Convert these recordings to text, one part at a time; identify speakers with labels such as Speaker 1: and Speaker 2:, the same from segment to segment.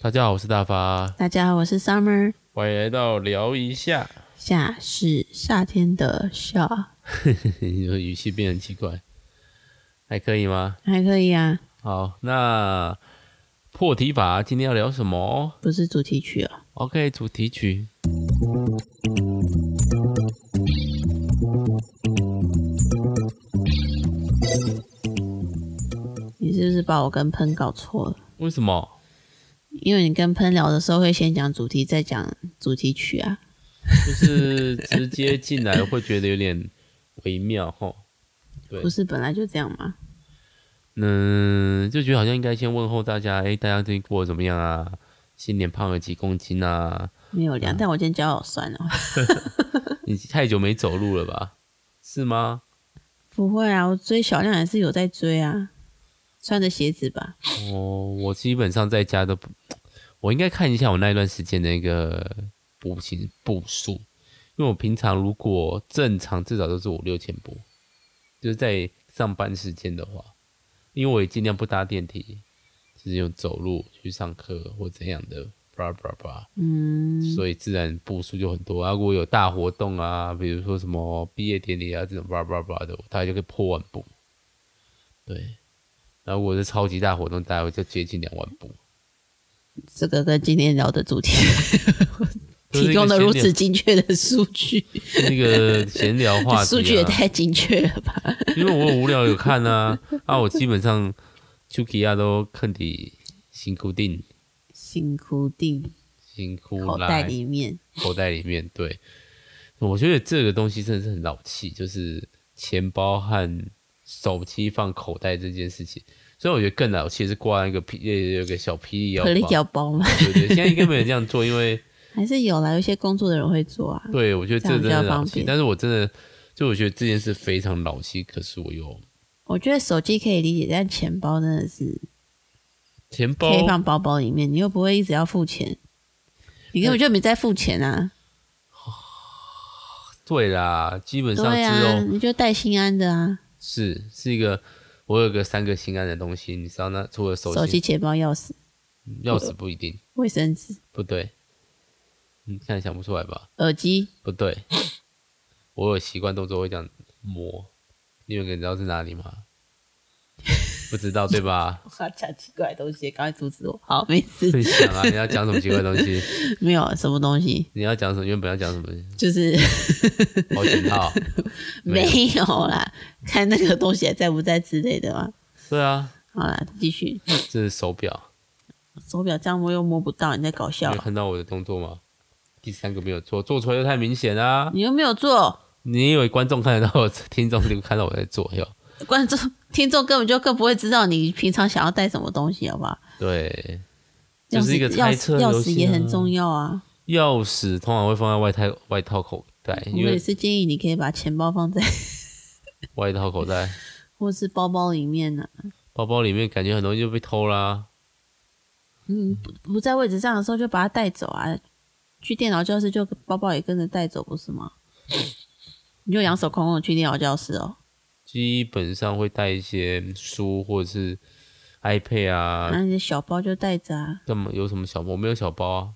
Speaker 1: 大家好，我是大发，
Speaker 2: 大家好，我是 Summer，
Speaker 1: 欢迎来到聊一下。
Speaker 2: 夏是夏天的夏，
Speaker 1: 你说语气变得很奇怪，还可以吗？
Speaker 2: 还可以啊，
Speaker 1: 好，那破题法今天要聊什么
Speaker 2: 不是主题曲哦。
Speaker 1: ？OK，主题曲。
Speaker 2: 你是不是把我跟喷搞错了？
Speaker 1: 为什么？
Speaker 2: 因为你跟喷聊的时候会先讲主题，再讲主题曲啊。
Speaker 1: 就是直接进来会觉得有点微妙吼。对
Speaker 2: 不是本来就这样吗？
Speaker 1: 嗯，就觉得好像应该先问候大家，哎、大家最近过得怎么样啊？新年胖了几公斤啊？
Speaker 2: 没有量，但我今天脚好酸哦。
Speaker 1: 你太久没走路了吧？是吗？
Speaker 2: 不会啊，我追小亮也是有在追啊，穿着鞋子吧。
Speaker 1: 哦，我基本上在家都不，我应该看一下我那一段时间的一个步行步数，因为我平常如果正常至少都是五六千步，就是在上班时间的话，因为我也尽量不搭电梯，就是用走路去上课或怎样的，叭叭叭，
Speaker 2: 嗯，
Speaker 1: 所以自然步数就很多。啊，如果有大活动啊，比如说什么毕业典礼啊这种叭叭叭的，我大概就可以破万步。对，然后如果是超级大活动，大概就接近两万步。
Speaker 2: 这个跟今天聊 的主题
Speaker 1: 就是
Speaker 2: 提
Speaker 1: 一个
Speaker 2: 供的如此
Speaker 1: 闲
Speaker 2: 精确的数据，
Speaker 1: 聊那个闲聊 话题、啊，
Speaker 2: 数据也太精确了吧？
Speaker 1: 因为我有无聊有看啊，啊，我基本上 q k i 啊都坑底辛苦定
Speaker 2: 辛苦定
Speaker 1: 辛苦
Speaker 2: 口
Speaker 1: 来
Speaker 2: 袋里面，
Speaker 1: 口袋里面。对，我觉得这个东西真的是很老气，就是钱包和手机放口袋这件事情。所以我觉得更老气的是挂那个霹，有个小霹雳腰
Speaker 2: 可丽
Speaker 1: 包，
Speaker 2: 腰包吗？
Speaker 1: 对对，现在应该没有人这样做，因为
Speaker 2: 还是有啦，有一些工作的人会做啊。
Speaker 1: 对我觉得这真
Speaker 2: 这样
Speaker 1: 的
Speaker 2: 比较
Speaker 1: 很老
Speaker 2: 方
Speaker 1: 气。
Speaker 2: 便
Speaker 1: 但是我真的就我觉得这件事非常老气，可是我又
Speaker 2: 我觉得手机可以理解，但钱包真的是
Speaker 1: 钱包
Speaker 2: 可以放包包里面，你又不会一直要付钱，你根本就没在付钱啊。
Speaker 1: 对啦，基本上
Speaker 2: 对
Speaker 1: 之后、
Speaker 2: 啊，你就带心安的啊，
Speaker 1: 是是一个，我有个三个心安的东西，你知道那除了手
Speaker 2: 手机、钱包、钥匙、
Speaker 1: 钥匙不一定
Speaker 2: 卫生纸、
Speaker 1: 不对，你看想不出来吧？
Speaker 2: 耳机。
Speaker 1: 不对， 我有习惯动作会这样摸，你有个人知道是哪里吗？不知道对 吧？
Speaker 2: 我讲奇怪的东西，赶快阻止我！好，没事，
Speaker 1: 你想啊，你要讲什么奇怪的东西？
Speaker 2: 没有什么东西，
Speaker 1: 你要讲什么？原本要讲什么？
Speaker 2: 就是
Speaker 1: 保险套？没
Speaker 2: 没
Speaker 1: 有
Speaker 2: 有啦， 看那个东西还在不在之类的嘛。
Speaker 1: 对啊，
Speaker 2: 好啦，继续。
Speaker 1: 这是手表，
Speaker 2: 手表这样摸又摸不到，你在搞
Speaker 1: 你
Speaker 2: 笑
Speaker 1: 有？看到我的动作吗？第三个没有做，做出来又太明显啊！
Speaker 2: 你又没有做，
Speaker 1: 你以为观众看得到， 听众就看到我在做哟？
Speaker 2: 观众 听众根本就更不会知道你平常想要带什么东西，好不好？
Speaker 1: 对，
Speaker 2: 钥
Speaker 1: 就
Speaker 2: 匙
Speaker 1: 是一个猜测
Speaker 2: 钥
Speaker 1: 游
Speaker 2: 匙钥匙
Speaker 1: 戏
Speaker 2: 也
Speaker 1: 啊
Speaker 2: 很重要啊。
Speaker 1: 钥匙通常会放在外套外套口袋，
Speaker 2: 我
Speaker 1: 因
Speaker 2: 们也
Speaker 1: 为
Speaker 2: 是建议你可以把钱包放在
Speaker 1: 外套口袋
Speaker 2: 或是包包里面啊呢、
Speaker 1: 包包里面感觉很容易就被偷啦。
Speaker 2: 嗯，不不在位置上的时候就把它带走啊。去电脑教室就包包也跟着带走，不 是吗？你就两手空空地去电脑教室哦。
Speaker 1: 基本上会带一些书或者是 iPad
Speaker 2: 那、
Speaker 1: 啊，
Speaker 2: 你的小包就带着啊，
Speaker 1: 干嘛有什么小包？我没有小包啊。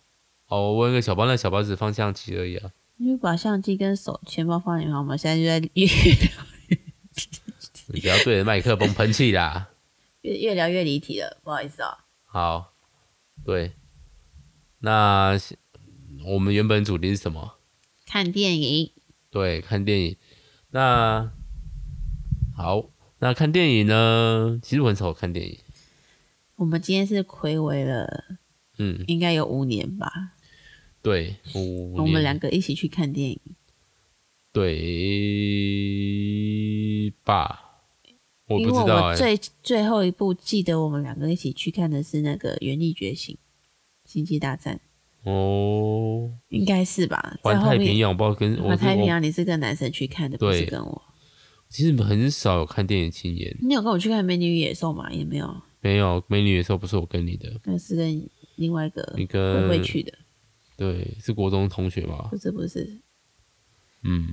Speaker 1: 哦，我有一个小包，那小包只放相机而已啊。
Speaker 2: 你就把相机跟手钱包放里面。我们现在就在越
Speaker 1: 你不要对着麦克风喷气啦。
Speaker 2: 越越聊越离题了，不好意思啊。
Speaker 1: 好，对，那我们原本主题是什么？
Speaker 2: 看电影，
Speaker 1: 对，看电影。那好，那看电影呢？其实我很少看电影。
Speaker 2: 我们今天是暌违了，
Speaker 1: 嗯，
Speaker 2: 应该有五年吧。
Speaker 1: 对，五
Speaker 2: 我们
Speaker 1: 年
Speaker 2: 两个一起去看电影，
Speaker 1: 对吧？我
Speaker 2: 因
Speaker 1: 不
Speaker 2: 为我
Speaker 1: 知道哎、
Speaker 2: 们最最后一部记得我们两个一起去看的是那个《原力觉醒》《星际大战》，
Speaker 1: 哦，
Speaker 2: 应该是吧？在
Speaker 1: 环
Speaker 2: 后
Speaker 1: 太平
Speaker 2: 面，
Speaker 1: 洋，我不知道跟我
Speaker 2: 环
Speaker 1: 是
Speaker 2: 太平
Speaker 1: 我
Speaker 2: 洋，你是跟男生去看的，不
Speaker 1: 对
Speaker 2: 是跟我。
Speaker 1: 其实很少有看电影经验，
Speaker 2: 你有跟我去看《美女与野兽》吗？也没有，
Speaker 1: 没有《美女的时候》不是我跟你的，
Speaker 2: 那是跟另外一个
Speaker 1: 你呃
Speaker 2: 会
Speaker 1: 跟
Speaker 2: 会去的，
Speaker 1: 对是国中同学吧
Speaker 2: 不？是不是？
Speaker 1: 嗯，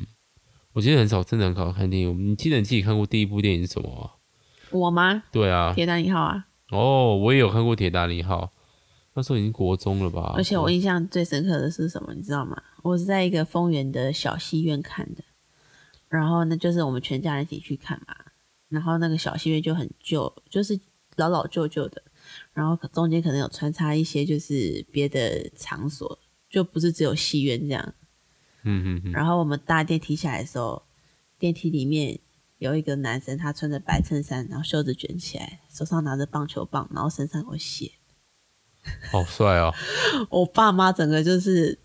Speaker 1: 我其实很少，真的很少看电影。你记得你自己看过第一部电影是什么吗？
Speaker 2: 我吗？
Speaker 1: 对啊，
Speaker 2: 铁达尼号啊，
Speaker 1: 哦，我也有看过《铁达尼号》，那时候已经国中了吧？
Speaker 2: 而且我印象最深刻的是什么，你知道吗？我是在一个丰原的小戏院看的，然后呢，就是我们全家人一起去看嘛。然后那个小戏院就很旧，就是老老旧旧的，然后可中间可能有穿插一些就是别的场所，就不是只有戏院这样。
Speaker 1: 嗯嗯嗯，
Speaker 2: 然后我们搭电梯下来的时候，电梯里面有一个男生，他穿着白衬衫，然后袖子卷起来，手上拿着棒球棒，然后身上有血。
Speaker 1: 好帅哦！
Speaker 2: 我爸妈整个就是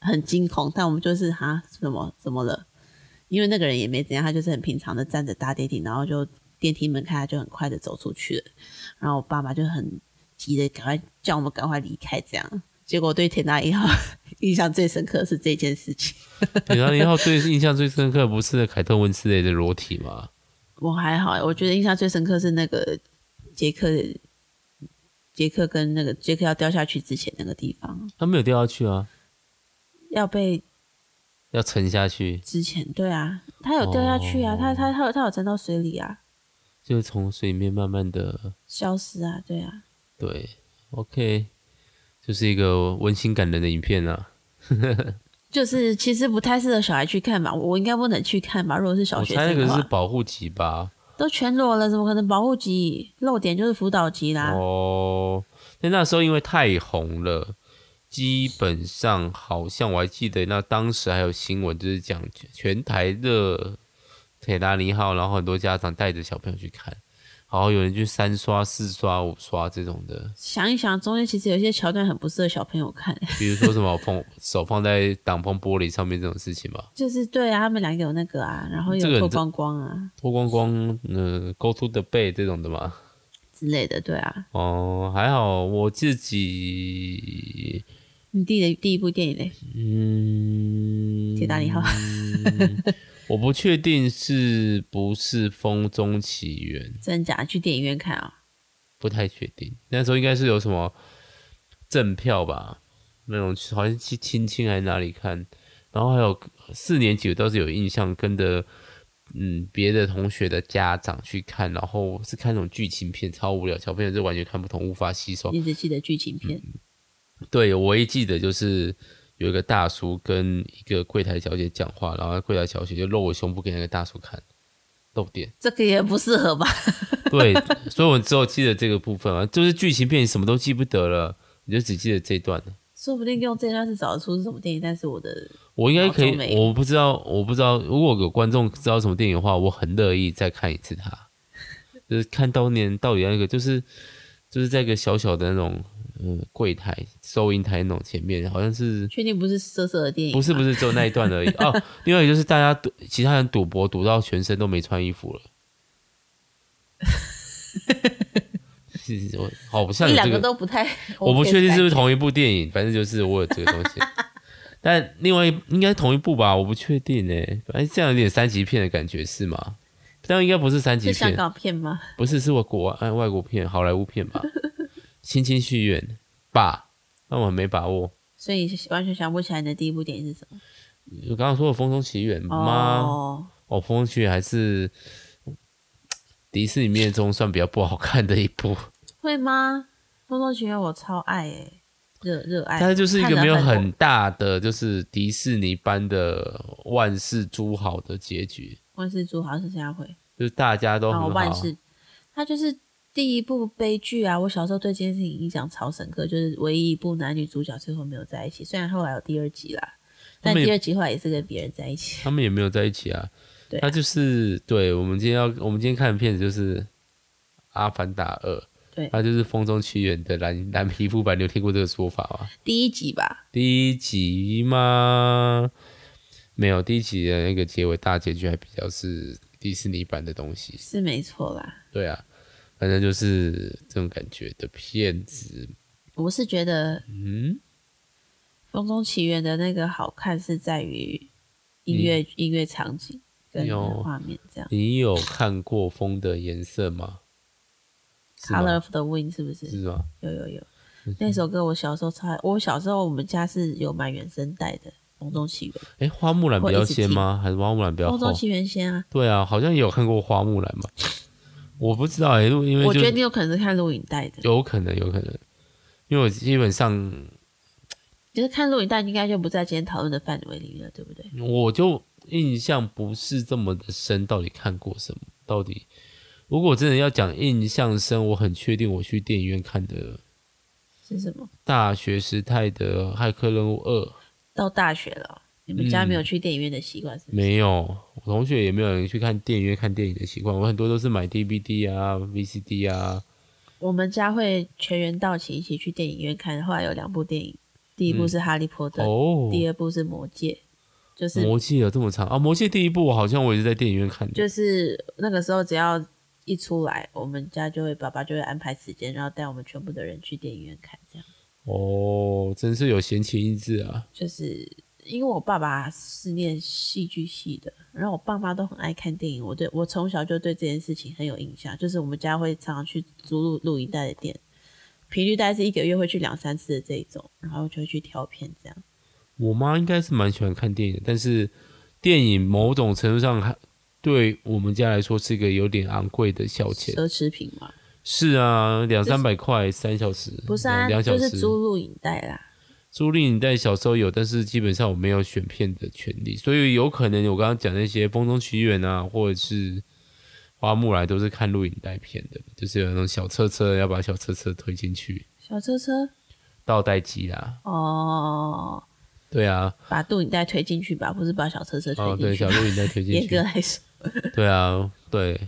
Speaker 2: 很惊恐，但我们就是哈怎么怎么了？因为那个人也没怎样，他就是很平常的站着搭电梯，然后就电梯门开，他就很快的走出去了。然后我爸妈就很急的赶快叫我们赶快离开，这样。结果对田大一号 印象最深刻的是这件事情。
Speaker 1: 铁达尼号最印象最深刻不是凯特温斯雷的裸体吗？
Speaker 2: 我还好，欸我觉得印象最深刻是那个杰克，杰克跟那个杰克要掉下去之前那个地方，
Speaker 1: 他没有掉下去啊，
Speaker 2: 要被
Speaker 1: 要沉下去，
Speaker 2: 之前，对啊，他有掉下去啊，
Speaker 1: 哦
Speaker 2: 他他他有他有沉到水里啊，
Speaker 1: 就是从水里面慢慢的
Speaker 2: 消失啊，对啊，
Speaker 1: 对，OK，就是一个温馨感人的影片啊。
Speaker 2: 就是其实不太适合小孩去看吧，我我应该不能去看吧，如果是小
Speaker 1: 我
Speaker 2: 学
Speaker 1: 猜那
Speaker 2: 生
Speaker 1: 个
Speaker 2: 的
Speaker 1: 是
Speaker 2: 话，
Speaker 1: 保护级吧？
Speaker 2: 都全裸了，怎么可能保护级露点就是辅导级啦？
Speaker 1: 哦，但那时候因为太红了，基本上好像我还记得，那当时还有新闻就是讲全全台的铁达尼号，然后很多家长带着小朋友去看，然后有人去三刷、四刷、五刷这种的，
Speaker 2: 想一想，中间其实有一些桥段很不适合小朋友看，
Speaker 1: 比如说什么放 手放在挡风玻璃上面这种事情吧，
Speaker 2: 就是对啊，他们两个有那个啊，然后
Speaker 1: 这个很
Speaker 2: 有脱
Speaker 1: 正
Speaker 2: 光光啊
Speaker 1: 脱光光，嗯、勾出的背这种的嘛。
Speaker 2: 之类的，对啊，
Speaker 1: 哦，还好我自己，
Speaker 2: 你弟的第一部电影嘞，
Speaker 1: 嗯，
Speaker 2: 《铁达尼号》
Speaker 1: 我不确定是不是《风中奇缘》，
Speaker 2: 真假？去电影院看啊、
Speaker 1: 不太确定。那时候应该是有什么赠票吧，那种好像去亲亲还是哪里看，然后还有四年级我倒是有印象，跟着嗯别的同学的家长去看，然后是看那种剧情片，超无聊，小朋友就完全看不懂，无法吸收。
Speaker 2: 一直记得剧情片，
Speaker 1: 嗯对我唯一记得就是有一个大叔跟一个柜台小姐讲话，然后柜台小姐就露我胸部给那个大叔看，露点。
Speaker 2: 这个也不适合吧？
Speaker 1: 对， 所以我只有记得这个部分啊，就是剧情片你什么都记不得了，你就只记得这一段了。
Speaker 2: 说不定用这段是找得出是什么电影，但是我的
Speaker 1: 我应该可
Speaker 2: 脑中没
Speaker 1: 以，
Speaker 2: 有
Speaker 1: 我不知道，我不知道，如果有观众知道什么电影的话，我很乐意再看一次它，就是看当年到底那个，就是就是在一个小小的那种嗯柜台收银台那种前面，好像是
Speaker 2: 确定不是色色的电影，
Speaker 1: 不是不
Speaker 2: 是，
Speaker 1: 是只有那一段而已哦。另外一个就是大家赌，其他人赌博赌到全身都没穿衣 服了。是是我好像
Speaker 2: 一
Speaker 1: 有
Speaker 2: 两
Speaker 1: 这
Speaker 2: 个都不太 OK 的感 觉，
Speaker 1: 我不确定是不是同一部电影，反正就是我有这个东 西。但另外一应该同一部吧，我不确定哎、反正这样有点三级片的感觉是吗？但应该不是三级
Speaker 2: 是香
Speaker 1: 片，
Speaker 2: 港片吗？
Speaker 1: 不是是我国外外国片，好莱坞片 吧？亲亲续愿吧，那我没把握。
Speaker 2: 所以完全想不起来你的第一部电影是什么。
Speaker 1: 我刚刚说的《风中奇缘》吗？
Speaker 2: 哦，
Speaker 1: 哦，《风趣》还是迪士尼面中算比较不好看的一部，
Speaker 2: 会吗？《风中奇缘》我超爱诶，热热爱。
Speaker 1: 但是就是一
Speaker 2: 看
Speaker 1: 个
Speaker 2: 了
Speaker 1: 没有
Speaker 2: 多
Speaker 1: 很大的，就是迪士尼般的万事诸好的结局，
Speaker 2: 万事足，好像是下回
Speaker 1: 就是大家都
Speaker 2: 然
Speaker 1: 哦很好。
Speaker 2: 后哦万事，它就是第一部悲剧啊！我小时候对这件事情影响超深刻，就是唯一一部男女主角最后没有在一起，虽然后来有第二集啦，
Speaker 1: 他
Speaker 2: 但
Speaker 1: 们也
Speaker 2: 第二集后来也是跟别人在一起。
Speaker 1: 他们也没有在一起啊。
Speaker 2: 对啊
Speaker 1: 他就是对我们今天要我们今天看的片子就是《阿凡达二》，
Speaker 2: 对
Speaker 1: 他就是《风中奇缘》的蓝蓝皮肤版，你有听过这个说法吗？
Speaker 2: 第一集吧，
Speaker 1: 第一集吗？没有，第一集的那个结尾大结局还比较是迪士尼版的东西。
Speaker 2: 是没错啦。
Speaker 1: 对啊，反正就是这种感觉的片子。
Speaker 2: 我是觉得《
Speaker 1: 嗯，
Speaker 2: 风中奇缘》的那个好看是在于音乐、音乐场景跟
Speaker 1: 嗯有
Speaker 2: 画面这样。
Speaker 1: 你有看过《风的颜色》吗？是
Speaker 2: Color
Speaker 1: 吗？
Speaker 2: of the Wind 是不
Speaker 1: 是
Speaker 2: 是？
Speaker 1: 吗？
Speaker 2: 有有有，那首歌我小时候超爱，我小时候我们家是有买原声带的《风中奇缘》，
Speaker 1: 哎，花木兰比较先吗？还是花木兰比
Speaker 2: 《
Speaker 1: 较
Speaker 2: 风
Speaker 1: 后
Speaker 2: 中？奇缘》先啊。
Speaker 1: 对啊，好像也有看过花木兰嘛。 我不知道哎、因为因为
Speaker 2: 我
Speaker 1: 就
Speaker 2: 觉得你有可能是看录影带的，
Speaker 1: 有可能，有可能，因因为我基本上
Speaker 2: 就是看录影带应该就不在今天讨论的范围里了，对不对？
Speaker 1: 我就印象不是这么的深，到底看过什么？到底如果真的要讲印象深，我很确定我去电影院看的《
Speaker 2: 是什么？
Speaker 1: 大学时代的骇客任务二》
Speaker 2: 到大学了哦，你们家没有
Speaker 1: 嗯
Speaker 2: 去电影院的习惯是不是？
Speaker 1: 没有，我同学也没有人去看电影院看电影的习惯，我很多都是买 DVD 啊、VCD 啊，
Speaker 2: 我们家会全员到齐一起去电影院看，后来有两部电影，第一部是《哈利波特》
Speaker 1: 嗯哦，
Speaker 2: 第二部是《魔戒》，就是
Speaker 1: 魔戒有这么长啊？魔戒第一部我好像我也是在电影院看的，
Speaker 2: 就是那个时候只要一出来，我们家就会爸爸就会安排时间，然后带我们全部的人去电影院看，这样
Speaker 1: 哦，真是有闲情逸致啊！
Speaker 2: 就是。因为我爸爸是念戏剧系的，然后我爸妈都很爱看电影，我对我从小就对这件事情很有印象。就是我们家会常常去租录录影带的店，频率大概是一个月会去两三次的这一种，然后就会去挑片这样。
Speaker 1: 我妈应该是蛮喜欢看电影的，但是电影某种程度上还对我们家来说是一个有点昂贵的消遣。
Speaker 2: 奢侈品嘛，
Speaker 1: 是啊，两
Speaker 2: 是
Speaker 1: 三百块三小时，
Speaker 2: 不是啊，
Speaker 1: 两两
Speaker 2: 就
Speaker 1: 小
Speaker 2: 是
Speaker 1: 时。
Speaker 2: 租录影带啦。
Speaker 1: 租赁在小时候有，但是基本上我没有选片的权利，所以有可能我刚刚讲那些《风中奇缘》啊，或者是《花木兰》，都是看录影带片的，就是有那种小车车要把小车车推进去，
Speaker 2: 小车车
Speaker 1: 倒带机啦，
Speaker 2: 哦，
Speaker 1: 对啊，
Speaker 2: 把录影带推进去吧，不是把小车车
Speaker 1: 哦
Speaker 2: 推进
Speaker 1: 对，
Speaker 2: 去
Speaker 1: 小
Speaker 2: 吧。
Speaker 1: 录影带推进
Speaker 2: 严
Speaker 1: 去，
Speaker 2: 格来说，
Speaker 1: 对啊，对，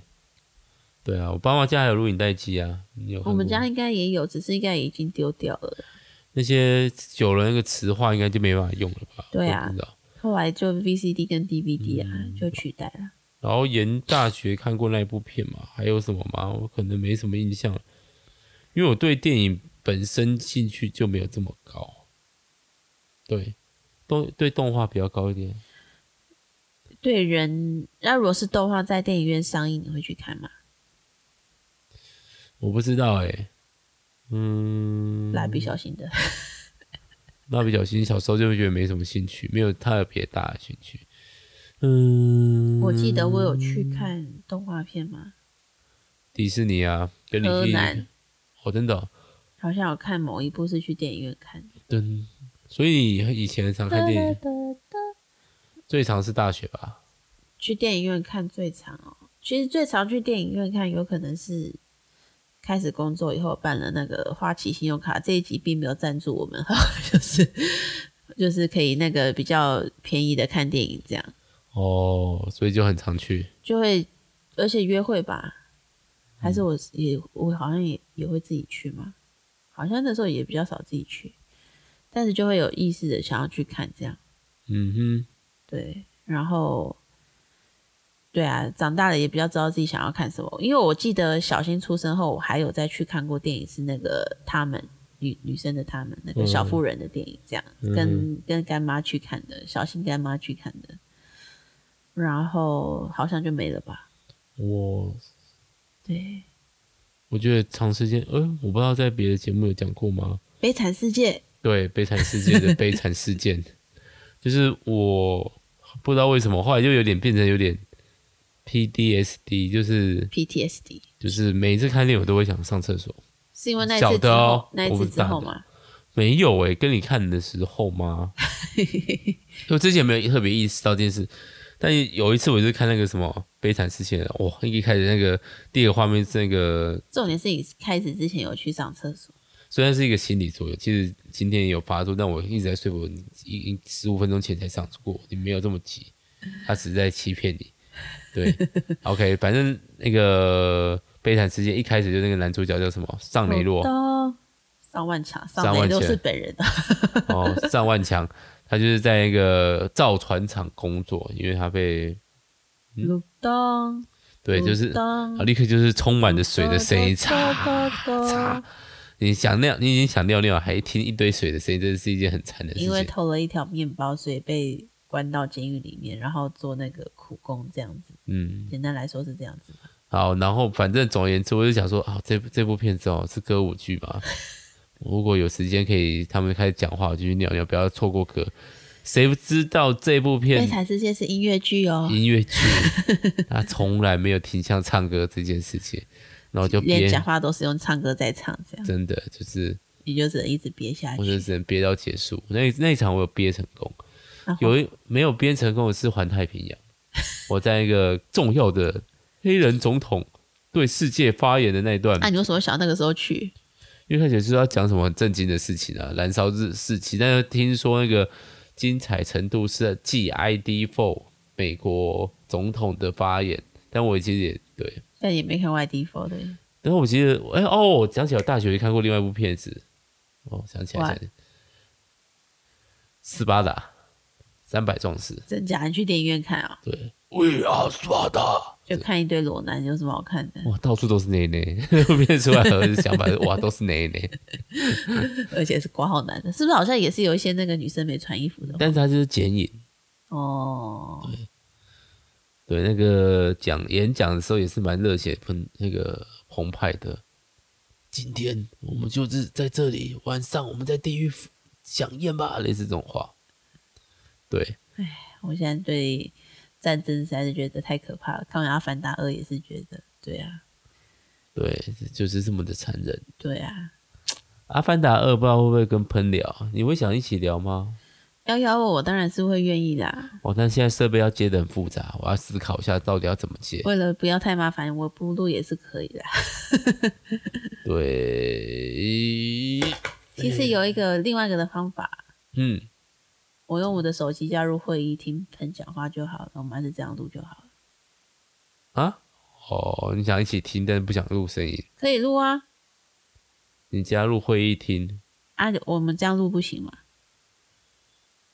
Speaker 1: 对啊，我爸妈家还有录影带机啊，你有看
Speaker 2: 我们
Speaker 1: 过
Speaker 2: 家应该也有，只是应该已经丢掉了。
Speaker 1: 那些久了那个磁化应该就没办法用了吧？
Speaker 2: 对啊
Speaker 1: 我不知道。
Speaker 2: 后来就 VCD 跟 DVD 啊，
Speaker 1: 嗯
Speaker 2: 就取代了。
Speaker 1: 然后研大学看过那一部片嘛，还有什么吗？我可能没什么印象了，因为我对电影本身兴趣就没有这么高。对，动对动画比较高一点。
Speaker 2: 对人，那如果是动画在电影院上映，你会去看吗？
Speaker 1: 我不知道哎、嗯，
Speaker 2: 蜡笔小新的，
Speaker 1: 蜡笔小新小时候就会觉得没什么兴趣，没有特别大的兴趣。嗯，
Speaker 2: 我记得我有去看动画片吗？
Speaker 1: 迪士尼啊，跟你
Speaker 2: 柯
Speaker 1: 去
Speaker 2: 南
Speaker 1: 哦，真的哦、
Speaker 2: 好像有看某一部是去电影院看的。
Speaker 1: 真，所以你以前常看电影，最常是大学吧？
Speaker 2: 去电影院看最长哦，其实最常去电影院看，有可能是开始工作以后办了那个花旗信用卡。这一集并没有赞助我们，哈， 就是就是可以那个比较便宜的看电影，这样
Speaker 1: 哦，所以就很常去。
Speaker 2: 就会，而且约会吧，还是我也我好像也也会自己去嘛，好像那时候也比较少自己去，但是就会有意识的想要去看这样。
Speaker 1: 嗯
Speaker 2: 对，然后对啊，长大了也比较知道自己想要看什么。因为我记得小新出生后，我还有再去看过电影，是那个他们女女生的他们那个小
Speaker 1: 嗯
Speaker 2: 妇人的电影，这样、跟跟干妈去看的，小新干妈去看的。然后好像就没了吧？
Speaker 1: 哼，我
Speaker 2: 对，
Speaker 1: 我觉得长时间，呃，我不知道在别的节目有讲过吗？
Speaker 2: 《悲惨世界》
Speaker 1: 对，悲惨世界的悲惨事件， 就是我不知道为什么，后来就有点变成有点 PDSD，就是
Speaker 2: PTSD
Speaker 1: 就是每一次看电影我都会想上厕所。
Speaker 2: 是因为那一
Speaker 1: 小
Speaker 2: 次之
Speaker 1: 的
Speaker 2: 后，
Speaker 1: 哦
Speaker 2: 那一
Speaker 1: 我
Speaker 2: 次
Speaker 1: 不是
Speaker 2: 之
Speaker 1: 大
Speaker 2: 后
Speaker 1: 的
Speaker 2: 嘛，
Speaker 1: 没有诶、跟你看的时候吗？ 我之前没有特别意识到这件事，但有一次我就看那个什么《悲惨事件》，哇，一开始那个第一个画面是那个
Speaker 2: 重点是你开始之前有去上厕所，
Speaker 1: 虽然是一个心理作用，其实今天也有发作，但我一直在说服你，一十五分钟前才上过，你没有这么急，他只是在欺骗你。对，OK，反正那个悲惨世界一开始就那个男主角叫什么尚雷洛
Speaker 2: 的哦上万强，上
Speaker 1: 上
Speaker 2: 雷
Speaker 1: 万
Speaker 2: 都
Speaker 1: 强
Speaker 2: 是本人的。
Speaker 1: 哦，尚万强，他就是在那个造船厂工作，因为他被嗯
Speaker 2: 鲁东，
Speaker 1: 对就是
Speaker 2: 咚
Speaker 1: 啊，立刻就是充满着水的声音，嚓
Speaker 2: 嚓
Speaker 1: 嚓，你想尿，你已经想尿尿，还听一堆水的声音，这是一件很惨的事情。
Speaker 2: 因为偷了一条面包，所以被关到监狱里面，然后做那个苦工，这样子。
Speaker 1: 嗯，
Speaker 2: 简单来说是这样子吧。
Speaker 1: 好，然后反正总而言之，我就想说啊，这部这部片子哦是歌舞剧嘛，如果有时间可以，他们开始讲话，我就去尿尿，不要错过歌。谁知道这部
Speaker 2: 悲
Speaker 1: 片
Speaker 2: 惨世界是音乐剧哦，
Speaker 1: 音乐剧，他从来没有停下唱歌这件事情，然后就
Speaker 2: 连
Speaker 1: 边
Speaker 2: 讲话都是用唱歌在唱，这样
Speaker 1: 真的就是
Speaker 2: 你就只能一直憋下
Speaker 1: 我就
Speaker 2: 去。
Speaker 1: 只能憋到结束。那那一场我有憋成功，
Speaker 2: 然后
Speaker 1: 有一没有憋成功的是环太平洋。我在一个重要的黑人总统对世界发言的那一段，
Speaker 2: 那、你为什么想那个时候去？
Speaker 1: 因为开始就是要讲什么很震惊的事情啊，燃烧日士气，但是听说那个精彩程度是继 ID Four 美国总统的发言，但我其实也对，
Speaker 2: 但也没看 YD4 的，
Speaker 1: 然后我其实哎、哦，我想起来我大学也看过另外一部片子，哦，想起来，
Speaker 2: What？
Speaker 1: 想起来斯巴达三百壮士，
Speaker 2: 真假？你去电影院看啊、
Speaker 1: 对，We are Sparta。
Speaker 2: 就看一堆裸男，有什么好看的？
Speaker 1: 哇，到处都是内 内，我变出来我的想法是哇，都是内内，
Speaker 2: 而且是挂号男的，是不是好像也是有一些那个女生没穿衣服的？
Speaker 1: 但是它就是剪影。
Speaker 2: 哦，
Speaker 1: 对，那个讲演讲的时候也是蛮热血喷那个澎湃的。今天我们就是在这里，晚上我们在地狱享宴吧，类似这种话。对，
Speaker 2: 我现在对战争实在是觉得太可怕了，看完《阿凡达二》也是觉得，对啊，
Speaker 1: 对，就是这么的残忍。
Speaker 2: 对啊。
Speaker 1: 阿凡达二不知道会不会跟喷聊，你会想一起聊吗？
Speaker 2: 要邀我，我当然是会愿意啦。
Speaker 1: 哦，但现在设备要接的很复杂，我要思考一下到底要怎么接。
Speaker 2: 为了不要太麻烦，我不录也是可以啦。
Speaker 1: 对，
Speaker 2: 其实有一个另外一个的方法，
Speaker 1: 嗯，
Speaker 2: 我用我的手机加入会议，听喷讲话就好了。我们还是这样录就好了，
Speaker 1: 啊，哦，你想一起听，但是不想录声音，
Speaker 2: 可以录啊
Speaker 1: 你加入会议厅
Speaker 2: 啊！我们这样录不行吗？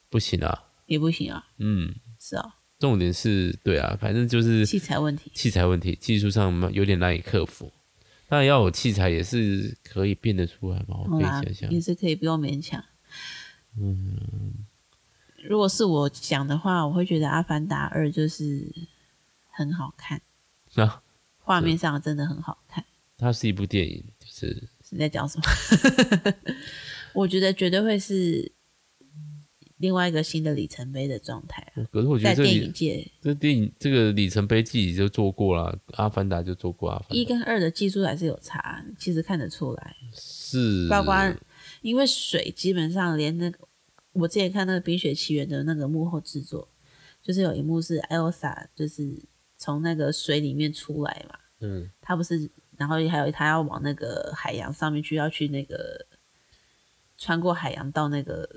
Speaker 1: 不行啊。
Speaker 2: 也不行啊，
Speaker 1: 嗯，
Speaker 2: 是哦，
Speaker 1: 重点是对啊，反正就是
Speaker 2: 器材问题。
Speaker 1: 器材问题，技术上有点难以克服。当然要有器材也是可以变得出来嘛，我可
Speaker 2: 好
Speaker 1: 以
Speaker 2: 啦
Speaker 1: 想，想
Speaker 2: 也。是可以不用勉强。嗯，如果是我讲的话，我会觉得《阿凡达二》就是很好看，
Speaker 1: 啊，
Speaker 2: 画面上真的很好看。
Speaker 1: 它是一部电影，就是
Speaker 2: 是在讲什么？ 我觉得绝对会是另外一个新的里程碑的状态啊、
Speaker 1: 可是我觉
Speaker 2: 在
Speaker 1: 得这
Speaker 2: 电影
Speaker 1: 里
Speaker 2: 界，
Speaker 1: 这电影这个里程碑自己就做过了，《阿凡达》就做过《阿凡达
Speaker 2: 一》跟二的技术还是有差，其实看得出来。
Speaker 1: 是
Speaker 2: 包括因为水基本上连那个我之前看那个《冰雪奇缘》的那个幕后制作，就是有一幕是艾欧莎就是从那个水里面出来嘛，
Speaker 1: 嗯
Speaker 2: 她不是，然后还有她要往那个海洋上面去，要去那个穿过海洋到那个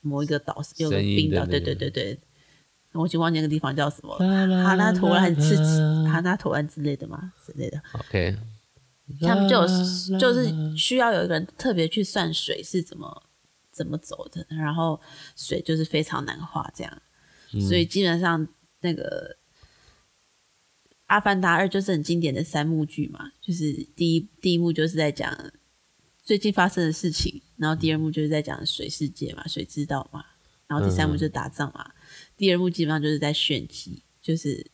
Speaker 2: 某一个岛，有个
Speaker 1: 声音
Speaker 2: 冰
Speaker 1: 的
Speaker 2: 岛，
Speaker 1: 那
Speaker 2: 对
Speaker 1: 个
Speaker 2: 对对对，我已经忘记那个地方叫什么了。哈拉图兰是哈拉图兰之类的嘛之类的，
Speaker 1: ，OK，
Speaker 2: 他们就有就是需要有一个人特别去算水是怎么怎么走的，然后水就是非常难画这样，所以基本上那个《阿凡达二》就是很经典的三幕剧嘛，就是第一第一幕就是在讲最近发生的事情，然后第二幕就是在讲水世界嘛，水之道嘛，然后第三幕就是打仗嘛，第二幕基本上就是在炫技，就是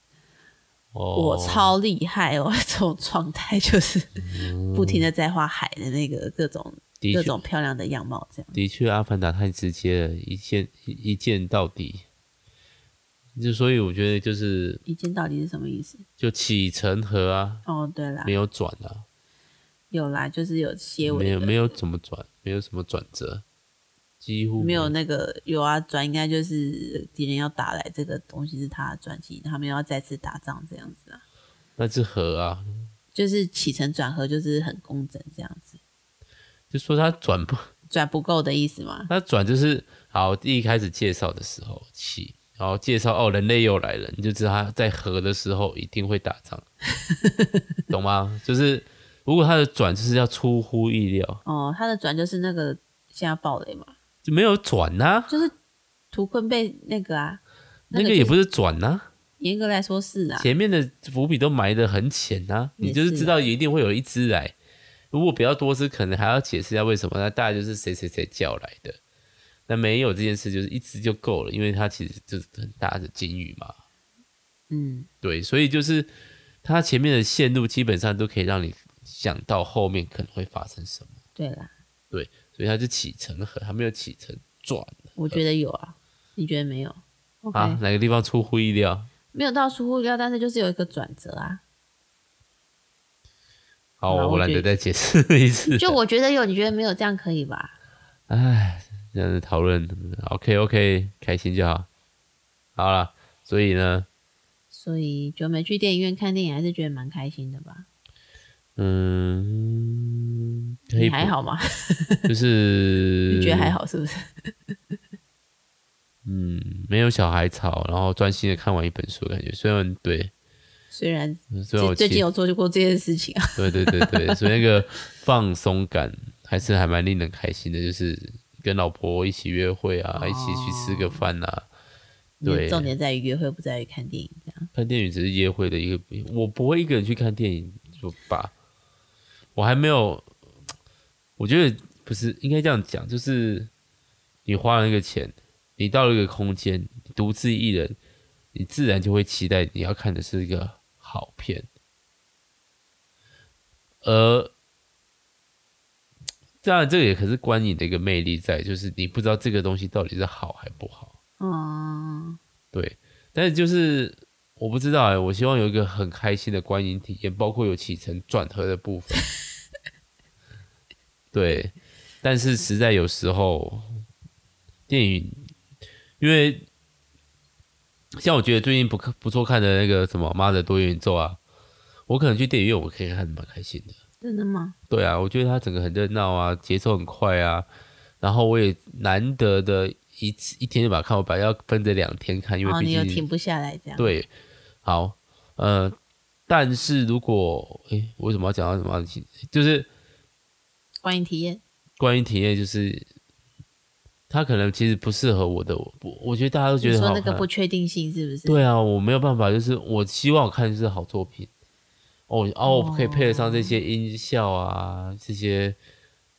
Speaker 2: 我
Speaker 1: 我，
Speaker 2: 超厉害哦！ 这种状态就是不停的在画海的那个各种
Speaker 1: 嗯的
Speaker 2: 各
Speaker 1: 确
Speaker 2: 种漂亮的样貌，这样
Speaker 1: 的确，《阿凡达》太直接了，一见一见到底。就所以我觉得就是
Speaker 2: 一见到底是什么意思？
Speaker 1: 就起承合啊，
Speaker 2: 哦，对啦
Speaker 1: 没，有转啊，
Speaker 2: 有啦，就是有些
Speaker 1: 没
Speaker 2: 尾
Speaker 1: 有
Speaker 2: 的，
Speaker 1: 没有怎么转，没有什么转折，几乎
Speaker 2: 没有那个有啊，转应该就是敌人要打来，这个东西是他的转机，他们又要再次打仗这样子啊，
Speaker 1: 那是合啊，
Speaker 2: 就是起承转合就是很工整这样子，
Speaker 1: 就说它转不，，
Speaker 2: 转不够的意思嘛
Speaker 1: 它转就是好一开始介绍的时候起，然后介绍哦人类又来了，你就知道它在合的时候一定会打仗， 懂吗？就是如果它的转就是要出乎意料，
Speaker 2: 哦，他的转就是那个现在暴雷嘛，
Speaker 1: 就没有转啊呐、
Speaker 2: 就是图坤被那个啊，
Speaker 1: 那
Speaker 2: 个
Speaker 1: 个也
Speaker 2: 就是
Speaker 1: 不是转呐、
Speaker 2: 严格来说是啊，
Speaker 1: 前面的伏笔都埋得很浅呐、你
Speaker 2: 也是啊
Speaker 1: 就是知道一定会有一只来。如果比较多只，可能还要解释一下为什么。那大概就是谁谁谁叫来的。那没有这件事，就是一只就够了，因为它其实就是很大的金鱼嘛。
Speaker 2: 嗯，
Speaker 1: 对，所以就是它前面的线路基本上都可以让你想到后面可能会发生什么。
Speaker 2: 对啦。
Speaker 1: 所以它就起承合，它没有起承转
Speaker 2: 我觉得有啊，你觉得没有？OK，、
Speaker 1: 啊，哪个地方出乎意料？
Speaker 2: 没有到出乎意料，但是就是有一个转折啊。
Speaker 1: 好，
Speaker 2: 好
Speaker 1: 我
Speaker 2: 我
Speaker 1: 懒
Speaker 2: 觉
Speaker 1: 得
Speaker 2: 得
Speaker 1: 再解释一次。
Speaker 2: 就我觉得有，你觉得没有，这样可以吧？
Speaker 1: 唉，这样子讨论，OK OK，开心就好。好了，所以呢，
Speaker 2: 所以就没去电影院看电影，还是觉得蛮开心的吧？
Speaker 1: 嗯，可以
Speaker 2: 你还，好吗？
Speaker 1: 就是
Speaker 2: 你觉得还，好是不是？
Speaker 1: 嗯，没有小孩吵，然后专心的看完一本书，感觉虽然对，
Speaker 2: 虽然
Speaker 1: 虽啊然我
Speaker 2: 最最
Speaker 1: 其
Speaker 2: 近有做过这件事情啊，
Speaker 1: 对对对对，所以那个放松感还是还蛮令人开心的，就是跟老婆一起约会啊，一起去吃个饭啊。
Speaker 2: 哦你的
Speaker 1: 对
Speaker 2: 重点在于约会，不在于看电影这样。
Speaker 1: 看电影只是约会的一个，我不会一个人去看电影，就吧。我还没有，我觉得不是应该这样讲，就是你花了那个钱，你到了一个空间，独自一人，你自然就会期待你要看的是一个好片，而当然这个也可是观影的一个魅力在，就是你不知道这个东西到底是好还不好。
Speaker 2: 嗯，
Speaker 1: 对，但是就是我不知道哎、我希望有一个很开心的观影体验，包括有起承转合的部分。对，但是实在有时候电影，因为像我觉得最近不看不错看的那个什么《妈的多元宇宙》啊，我可能去电影院我可以看得蛮开心的。
Speaker 2: 真的吗？
Speaker 1: 对啊，我觉得它整个很热闹啊，节奏很快啊，然后我也难得的一次一天就把它看完，本来要分着两天看，因
Speaker 2: 哦，
Speaker 1: 为毕
Speaker 2: 你又
Speaker 1: 竟、
Speaker 2: 停不下来这样。，
Speaker 1: 对，好，呃，但是如果诶、我为什么要讲到什么？就是
Speaker 2: 观影体验
Speaker 1: 关于体验，就是它可能其实不适合我的，我我觉得大家都觉
Speaker 2: 你
Speaker 1: 得
Speaker 2: 说
Speaker 1: 好
Speaker 2: 那个
Speaker 1: 看
Speaker 2: 不确定性是不是？
Speaker 1: 对啊，我没有办法，就是我希望我看的是好作品。哦哦，我可以配得上这些音效啊，这些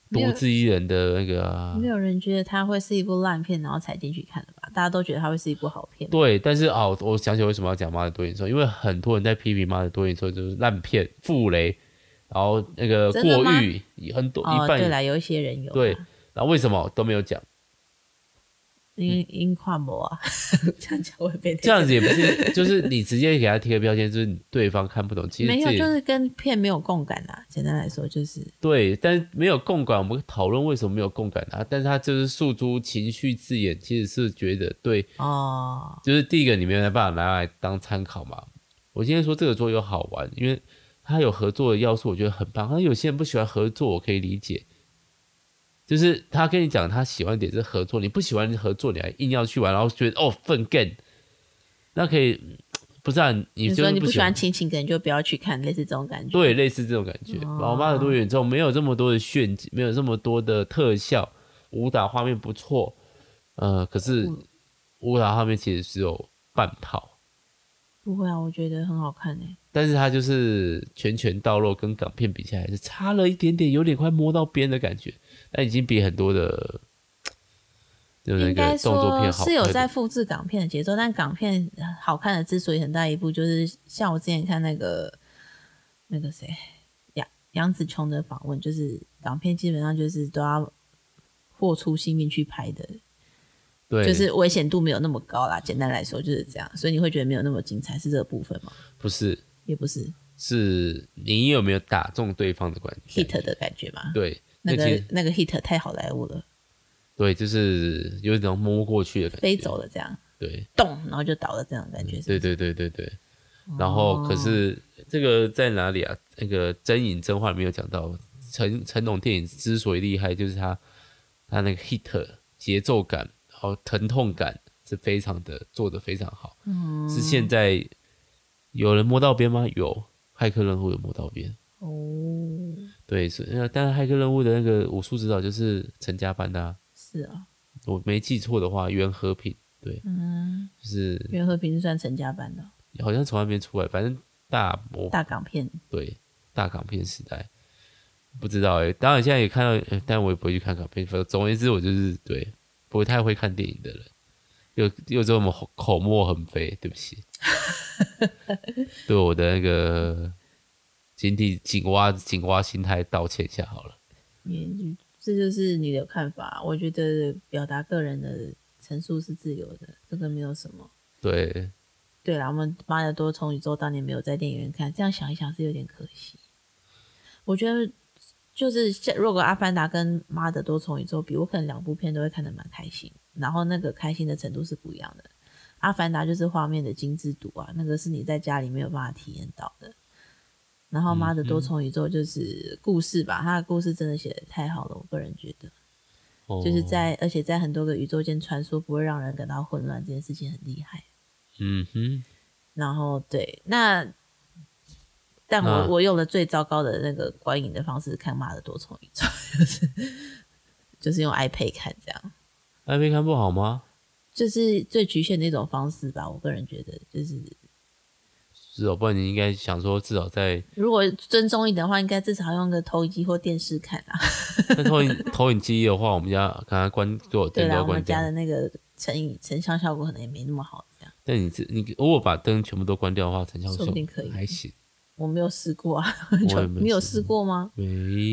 Speaker 2: 没有
Speaker 1: 独自一人的那个、啊。
Speaker 2: 没有人觉得它会是一部烂片，然后才进去看的吧？大家都觉得它会是一部好片。
Speaker 1: 对，但是哦，我想起为什么要讲《妈的多元宇宙》，因为很多人在批评《妈的多元宇宙》就是烂片、负雷，然后那个
Speaker 2: 真的
Speaker 1: 过
Speaker 2: 吗
Speaker 1: 誉，很多
Speaker 2: 哦，
Speaker 1: 一半
Speaker 2: 对。啦，有一些人有啊，
Speaker 1: 对然后为什么都没有讲？
Speaker 2: 因因跨模啊， 这样讲会被那个
Speaker 1: 嗯这样子也不是，就是你直接给他贴个标签，就是对方看不懂。其实
Speaker 2: 没
Speaker 1: 这
Speaker 2: 有，
Speaker 1: 也
Speaker 2: 就是跟片没有共感啦。简单来说，就是
Speaker 1: 对，但是没有共感，我们讨论为什么没有共感啊？但是他就是诉诸情绪字眼，其实是觉得对，
Speaker 2: 哦，
Speaker 1: 就是第一个你没有办法拿来当参考嘛。我今天说这个桌游好玩，因为它有合作的要素，我觉得很棒。但有些人不喜欢合作，我可以理解，就是他跟你讲他喜欢点是合作，你不喜欢合作，你还硬要去玩，然后觉得哦粪 g 那可以不是啊？你
Speaker 2: 你
Speaker 1: 就
Speaker 2: 说
Speaker 1: 是
Speaker 2: 你不喜
Speaker 1: 喜欢
Speaker 2: 欢亲情，可能就不要去看，类似这种感觉。
Speaker 1: 对，类似这种感觉。
Speaker 2: 哦
Speaker 1: 老妈的多元之后没有这么多的炫技，没有这么多的特效，武打画面不错，呃，可是
Speaker 2: 嗯
Speaker 1: 武打画面其实只有半套，
Speaker 2: 不会啊，我觉得很好看欸诶、
Speaker 1: 但是它就是拳拳到肉，跟港片比起来还是差了一点点，有点快摸到边的感觉，但已经比很多的。就那
Speaker 2: 应该
Speaker 1: 个动作
Speaker 2: 说
Speaker 1: 片好
Speaker 2: 是有
Speaker 1: 看
Speaker 2: 在复制港片的节奏，但港片好看的之所以很大一部，就是像我之前看那个那个谁杨杨紫琼的访问，就是港片基本上就是都要豁出性命去拍的，
Speaker 1: 对，
Speaker 2: 就是危险度没有那么高啦。简单来说就是这样，所以你会觉得没有那么精彩，是这个部分吗？
Speaker 1: 不是
Speaker 2: 也不是
Speaker 1: 是你有没有打中对方的关键？
Speaker 2: hit 的感觉嘛。
Speaker 1: 对，
Speaker 2: 那
Speaker 1: 其
Speaker 2: 个
Speaker 1: 实
Speaker 2: 那个 hit 太好莱坞了，
Speaker 1: 对，就是有一种摸过去的感觉，
Speaker 2: 飞走了这样，
Speaker 1: 对，
Speaker 2: 咚，然后就倒了这样的感觉是
Speaker 1: 对对对对对。然后可是这个在哪里啊？那个真影真话没有讲到，成成龙电影之所以厉害，就是他他那个 hit 节奏感，然后疼痛感是非常的做的非常好。
Speaker 2: 嗯
Speaker 1: 是现在有人摸到边吗？有，骇客任务有摸到边。
Speaker 2: 哦，
Speaker 1: 对，是那但是骇客任务的那个武术指导就是陈家班的啊、
Speaker 2: 是啊，
Speaker 1: 我没记错的话，袁和平对，
Speaker 2: 嗯，
Speaker 1: 就是
Speaker 2: 袁和平是算陈家班的
Speaker 1: 好像从那边出来，反正大魔
Speaker 2: 大港片，
Speaker 1: 对，大港片时代，不知道哎、当然现在也看到，呃但我也不会去看港片。反正总而言之，我就是对不太会看电影的人，又又这么口口沫横飞，对不 起，对我的那个井底井蛙井蛙心态道歉一下好了。
Speaker 2: 也这就是你的看法。我觉得表达个人的陈述是自由的，这个没有什么。
Speaker 1: 对，
Speaker 2: 对啦，我们妈的多重宇宙当年没有在电影院看，这样想一想是有点可惜。我觉得就是像如果《阿凡达》跟《妈的多重宇宙》比，我可能两部片都会看得蛮开心，然后那个开心的程度是不一样的。《阿凡达》就是画面的精致度啊，那个是你在家里没有办法体验到的。然后《妈的多重宇宙》就是故事吧，它的故事真的写的太好了，我个人觉得，
Speaker 1: 哦
Speaker 2: 就是在而且在很多个宇宙间穿梭，不会让人感到混乱，这件事情很厉害。
Speaker 1: 嗯哼，
Speaker 2: 然后对，那但我、
Speaker 1: 那
Speaker 2: 我用了最糟糕的那个观影的方式看《妈的多重宇宙》，就是就是用 iPad 看这样，
Speaker 1: 艾菲看不好吗？
Speaker 2: 就是最局限的一种方式吧。我个人觉得，就是
Speaker 1: 是哦，不然你应该想说，至少在
Speaker 2: 如果尊重一点的话，应该至少用个投影机或电视看啊。
Speaker 1: 那投影投影机的话，我们家刚刚关多少
Speaker 2: 对
Speaker 1: 灯都
Speaker 2: 啦，
Speaker 1: 要
Speaker 2: 我们
Speaker 1: 关掉
Speaker 2: 家。的那个成影成像效果可能也没那么好，这样
Speaker 1: 但你这你如果把灯全部都关掉的话，成像
Speaker 2: 说
Speaker 1: 效
Speaker 2: 不定可以
Speaker 1: 还行。
Speaker 2: 我没有试过啊，
Speaker 1: 我也没有试过
Speaker 2: 你有试过吗？
Speaker 1: 没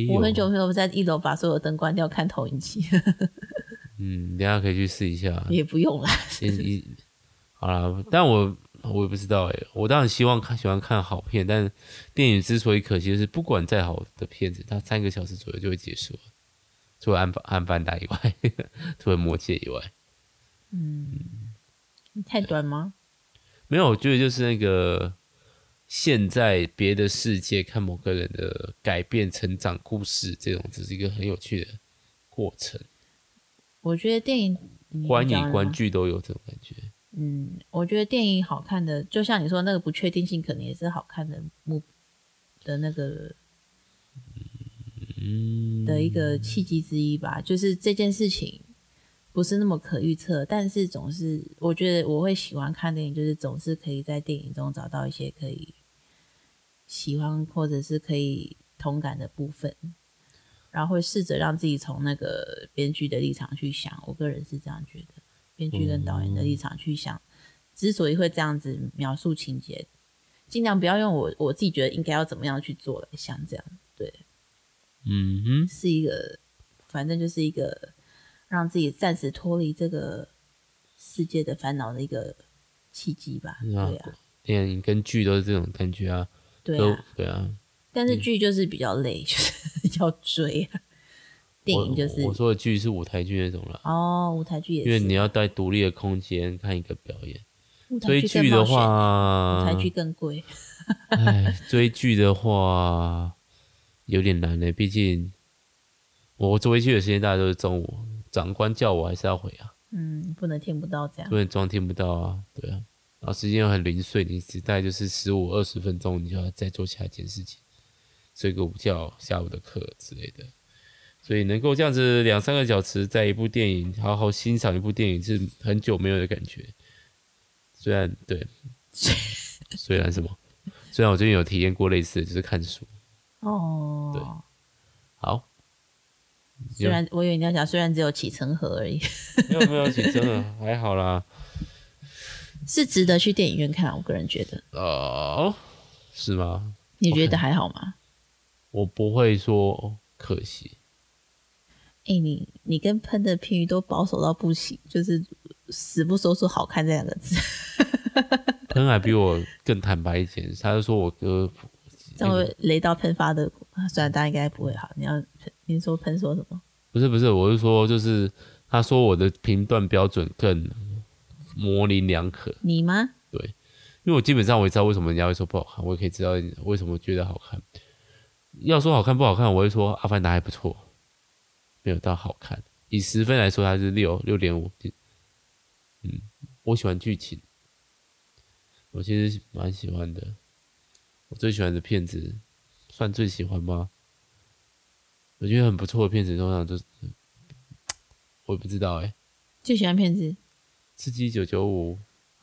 Speaker 1: 有，啊
Speaker 2: 我很久没有在一楼把所有灯关掉看投影机，
Speaker 1: 嗯，等一下可以去试一下。
Speaker 2: 也不用啦。
Speaker 1: 先一好啦，但我我也不知道哎、我当然希望看喜欢看好片，但电影之所以可惜，就是不管再好的片子，它三个小时左右就会结束了，除了安《安凡达》以外， 除了《魔戒》以外，嗯
Speaker 2: 太短吗？
Speaker 1: 没有，我觉得就是那个现在别的世界看某个人的改变、成长故事，这种只是一个很有趣的过程，
Speaker 2: 我觉得电影嗯你
Speaker 1: 观
Speaker 2: 讲
Speaker 1: 影
Speaker 2: 了
Speaker 1: 观
Speaker 2: 吗
Speaker 1: 剧都有这种感觉。
Speaker 2: 嗯，我觉得电影好看的，就像你说那个不确定性，可能也是好看的目的那个
Speaker 1: 嗯，
Speaker 2: 的一个契机之一吧。就是这件事情不是那么可预测，但是总是我觉得我会喜欢看电影，就是总是可以在电影中找到一些可以喜欢或者是可以同感的部分，然后会试着让自己从那个编剧的立场去想。我个人是这样觉得，编剧跟导演的立场去想，之所以会这样子描述情节。尽量不要用我我自己觉得应该要怎么样去做来想这样，对，
Speaker 1: 嗯哼。
Speaker 2: 是一个，反正就是一个让自己暂时脱离这个世界的烦恼的一个契机吧。
Speaker 1: 是啊
Speaker 2: 对啊，
Speaker 1: 电影跟剧都是这种感觉啊，
Speaker 2: 对
Speaker 1: 都
Speaker 2: 啊。
Speaker 1: 对啊。
Speaker 2: 但是剧就是比较累， 就是要追啊。电影就是
Speaker 1: 我我说的剧是舞台剧那种啦，
Speaker 2: 哦，舞台剧也
Speaker 1: 因为
Speaker 2: 是，
Speaker 1: 你要在独立的空间看一个表演。
Speaker 2: 舞台
Speaker 1: 追
Speaker 2: 剧
Speaker 1: 剧
Speaker 2: 更
Speaker 1: 的
Speaker 2: 冒险，舞
Speaker 1: 话，嗯
Speaker 2: 台剧更贵。
Speaker 1: 唉，哎追剧的话有点难呢、毕竟我追剧的时间大家都是中午，长官叫我还是要回啊，
Speaker 2: 嗯，不能听不到这样
Speaker 1: 不。能装听不到啊，对啊。然后时间又很零碎，你只带就是十五二十分钟，你就要再做下一件事情，睡个午觉，下午的课之类的。所以能够这样子两三个小时，在一部电影好好欣赏一部电影，是很久没有的感觉。虽然对，虽然什么，虽然我最近有体验过类似的，就是看书。对
Speaker 2: 哦，
Speaker 1: 好，
Speaker 2: 虽然我以为你要讲，虽然只有起承河而已，
Speaker 1: 没有没有，请真的还好啦。
Speaker 2: 是值得去电影院看。我个人觉得，
Speaker 1: 哦，是吗？
Speaker 2: 你觉得还好吗？
Speaker 1: 我不会说可惜。
Speaker 2: 哎、你你跟喷的片语都保守到不行，就是死不说出“好看”这两个字，
Speaker 1: 喷还比我更坦白一点，他就说我哥
Speaker 2: 这样会雷到喷发的。啊虽然大家应该不会好，你要喷你说喷说什么？
Speaker 1: 不是不是，我是说就是他说我的评断标准更模棱两可，
Speaker 2: 你吗？
Speaker 1: 因为我基本上我也知道为什么人家会说不好看，我也可以知道为什么觉得好看。要说好看不好看，我会说《阿凡达》还不错，没有到好看。以十分来说，它是六六点五。嗯，我喜欢剧情，我其实蛮喜欢的。我最喜欢的片子，算最喜欢吗？我觉得很不错的片子，通常就是我也不知道哎、
Speaker 2: 最喜欢片子
Speaker 1: 刺激九九五》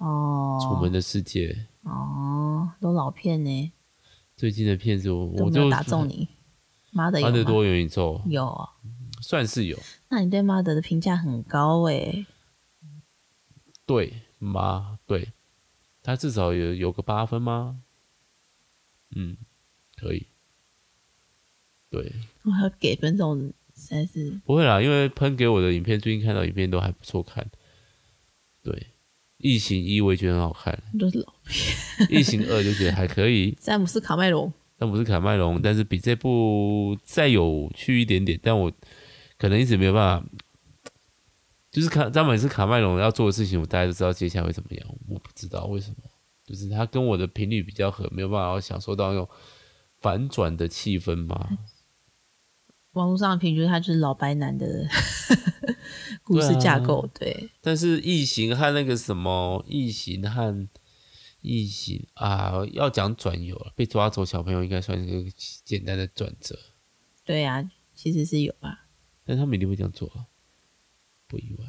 Speaker 2: 哦，
Speaker 1: 《楚门的世界》
Speaker 2: 哦，都老片呢，
Speaker 1: 最近的片子我，我
Speaker 2: 都没
Speaker 1: 就
Speaker 2: 有打中你。哎妈的有
Speaker 1: 安德
Speaker 2: 吗？
Speaker 1: 多元宇宙
Speaker 2: 有哦，
Speaker 1: 算是有
Speaker 2: 那你对妈的的评价很高哎诶。
Speaker 1: 对吗？对，他至少有有个八分吗？嗯，可以。对，
Speaker 2: 我要给分这种实在是
Speaker 1: 不会啦，因为喷给我的影片，最近看到影片都还不错看。对，《异形一》我也觉得很好看，
Speaker 2: 都是老，
Speaker 1: 《异形二》就觉得还可以
Speaker 2: 詹姆斯卡麦隆
Speaker 1: 但不是卡麦隆，但是比这部再有趣一点点。但我可能一直没有办法，就是卡张每次卡麦隆要做的事情，我大概都知道接下来会怎么样。我不知道为什么，就是他跟我的频率比较合，没有办法享受到那种反转的气氛吧。
Speaker 2: 网络上的评论，它就是老白男的 故事架构，对，
Speaker 1: 但是异形和那个什么异形和异形啊，要讲转友了，被抓走小朋友应该算是个简单的转折，
Speaker 2: 对啊，其实是有啊吧，
Speaker 1: 但他们一定会这样做啊，不意外。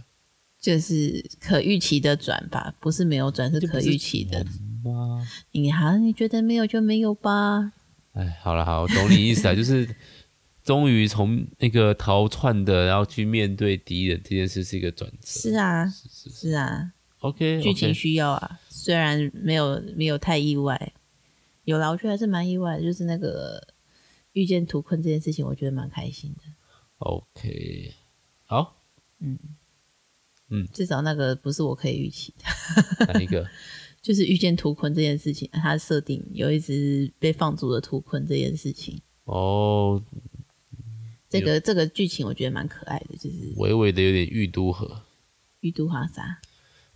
Speaker 2: 就是可预期的转吧，不是没有转，是可预期的。
Speaker 1: 哇，
Speaker 2: 你好，你觉得没有就没有吧？
Speaker 1: 哎，好了好，我懂你意 思啊，就是终于从那个逃窜的，然后去面对敌人这件事是一个转折。
Speaker 2: 是啊，
Speaker 1: 是是
Speaker 2: 是啊，
Speaker 1: ，OK，
Speaker 2: 剧情需要啊。虽然没有没有太意外，有啦，我觉得还是蛮意外的，就是那个遇见图困这件事情，我觉得蛮开心的。
Speaker 1: OK，好，
Speaker 2: 至少那个不是我可以预期的，
Speaker 1: 哪一 个？
Speaker 2: 就是遇见图困这件事情，它设定有一只被放逐的图困这件事情，
Speaker 1: 哦，
Speaker 2: 这个这个剧情我觉得蛮可爱的，就是
Speaker 1: 微微的有点玉都河。
Speaker 2: 玉都华沙。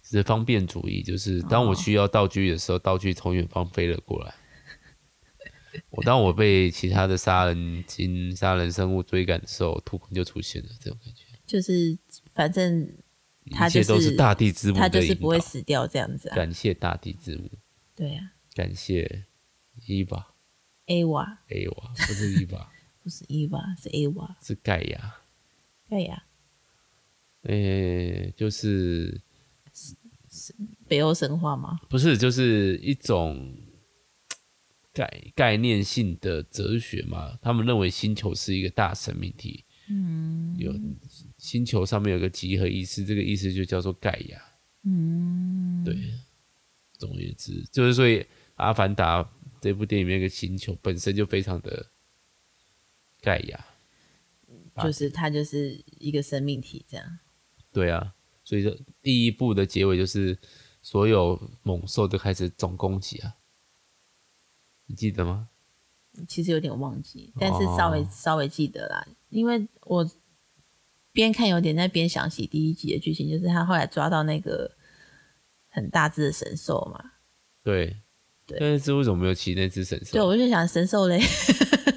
Speaker 1: 只是方便主义，就是
Speaker 2: 哦
Speaker 1: 当我需要道具的时候，道具从远方飞了过 来。我当我被其他的杀人鲸、杀人生物追赶的时候，突孔就出现了，这种感觉。
Speaker 2: 就是反正它
Speaker 1: 一
Speaker 2: 就
Speaker 1: 切
Speaker 2: 是
Speaker 1: 都是大地之母
Speaker 2: 他就
Speaker 1: 的
Speaker 2: 是
Speaker 1: 引
Speaker 2: 不
Speaker 1: 导
Speaker 2: 会。死掉这样子啊。
Speaker 1: 感谢大地之母，
Speaker 2: 对啊
Speaker 1: 感谢伊娃，
Speaker 2: ，A 娃
Speaker 1: 哎娃不是伊娃，
Speaker 2: 不是 E 娃，是 A 娃。
Speaker 1: 是盖亚。
Speaker 2: 对呀、
Speaker 1: 诶、呃就是
Speaker 2: 北欧神话嘛，
Speaker 1: 不是就是一种概概念性的哲学嘛？他们认为星球是一个大生命体，
Speaker 2: 嗯
Speaker 1: 有星球上面有个集合意识，这个意识就叫做盖亚。
Speaker 2: 嗯，
Speaker 1: 对，总而言之，就是所以《阿凡达》这部电影里面那个星球本身就非常的盖亚。
Speaker 2: 嗯就是他就是一个生命体这样。
Speaker 1: 对啊，所以说第一部的结尾就是所有猛兽都开始总攻击啊，你记得吗？
Speaker 2: 其实有点忘记，但是稍微、
Speaker 1: 哦
Speaker 2: 稍微记得啦，因为我边看有点在边想起第一集的剧情，就是他后来抓到那个很大只的神兽嘛。
Speaker 1: 对。
Speaker 2: 对
Speaker 1: 但是为什么没有骑那只神
Speaker 2: 对，
Speaker 1: 兽？
Speaker 2: 我就想神兽嘞，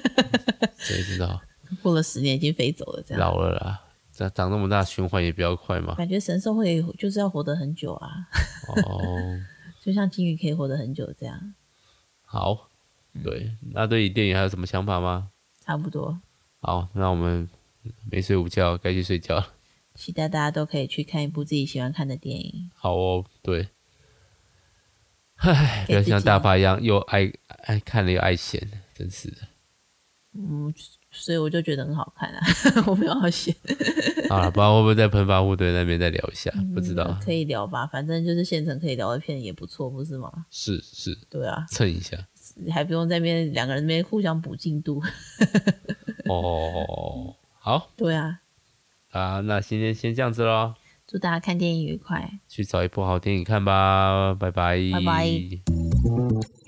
Speaker 1: 谁知道？
Speaker 2: 过了十年已经飞走了，这样
Speaker 1: 老了啦，长长那么大，循环也比较快 嘛。
Speaker 2: 感觉神兽会就是要活得很久啊。
Speaker 1: 哦，
Speaker 2: 就像金鱼可以活得很久这样，
Speaker 1: 好，
Speaker 2: 嗯
Speaker 1: 对，那对于电影还有什么想法吗？
Speaker 2: 差不多。
Speaker 1: 好，那我们没睡午觉，该去睡觉了。
Speaker 2: 期待大家都可以去看一部自己喜欢看的电影，
Speaker 1: 好哦，对，哎唉，不
Speaker 2: 给
Speaker 1: 要
Speaker 2: 自
Speaker 1: 像
Speaker 2: 己
Speaker 1: 大发一样又爱爱看了又爱闲，真是的。
Speaker 2: 嗯，所以我就觉得很好看啊， 我没有要写，
Speaker 1: 好了，不知道会不会在喷发户队那边再聊一下，不知道
Speaker 2: 嗯。可以聊吧，反正就是现成可以聊的片也不错，不是吗？
Speaker 1: 是是，
Speaker 2: 对啊，
Speaker 1: 蹭一下。
Speaker 2: 还不用在那边两个人那边互相补进度，
Speaker 1: 哦，好
Speaker 2: 对啊，
Speaker 1: 啊，那今天先这样子喽，
Speaker 2: 祝大家看电影愉快。
Speaker 1: 去找一部好电影看吧，拜拜，
Speaker 2: 拜拜。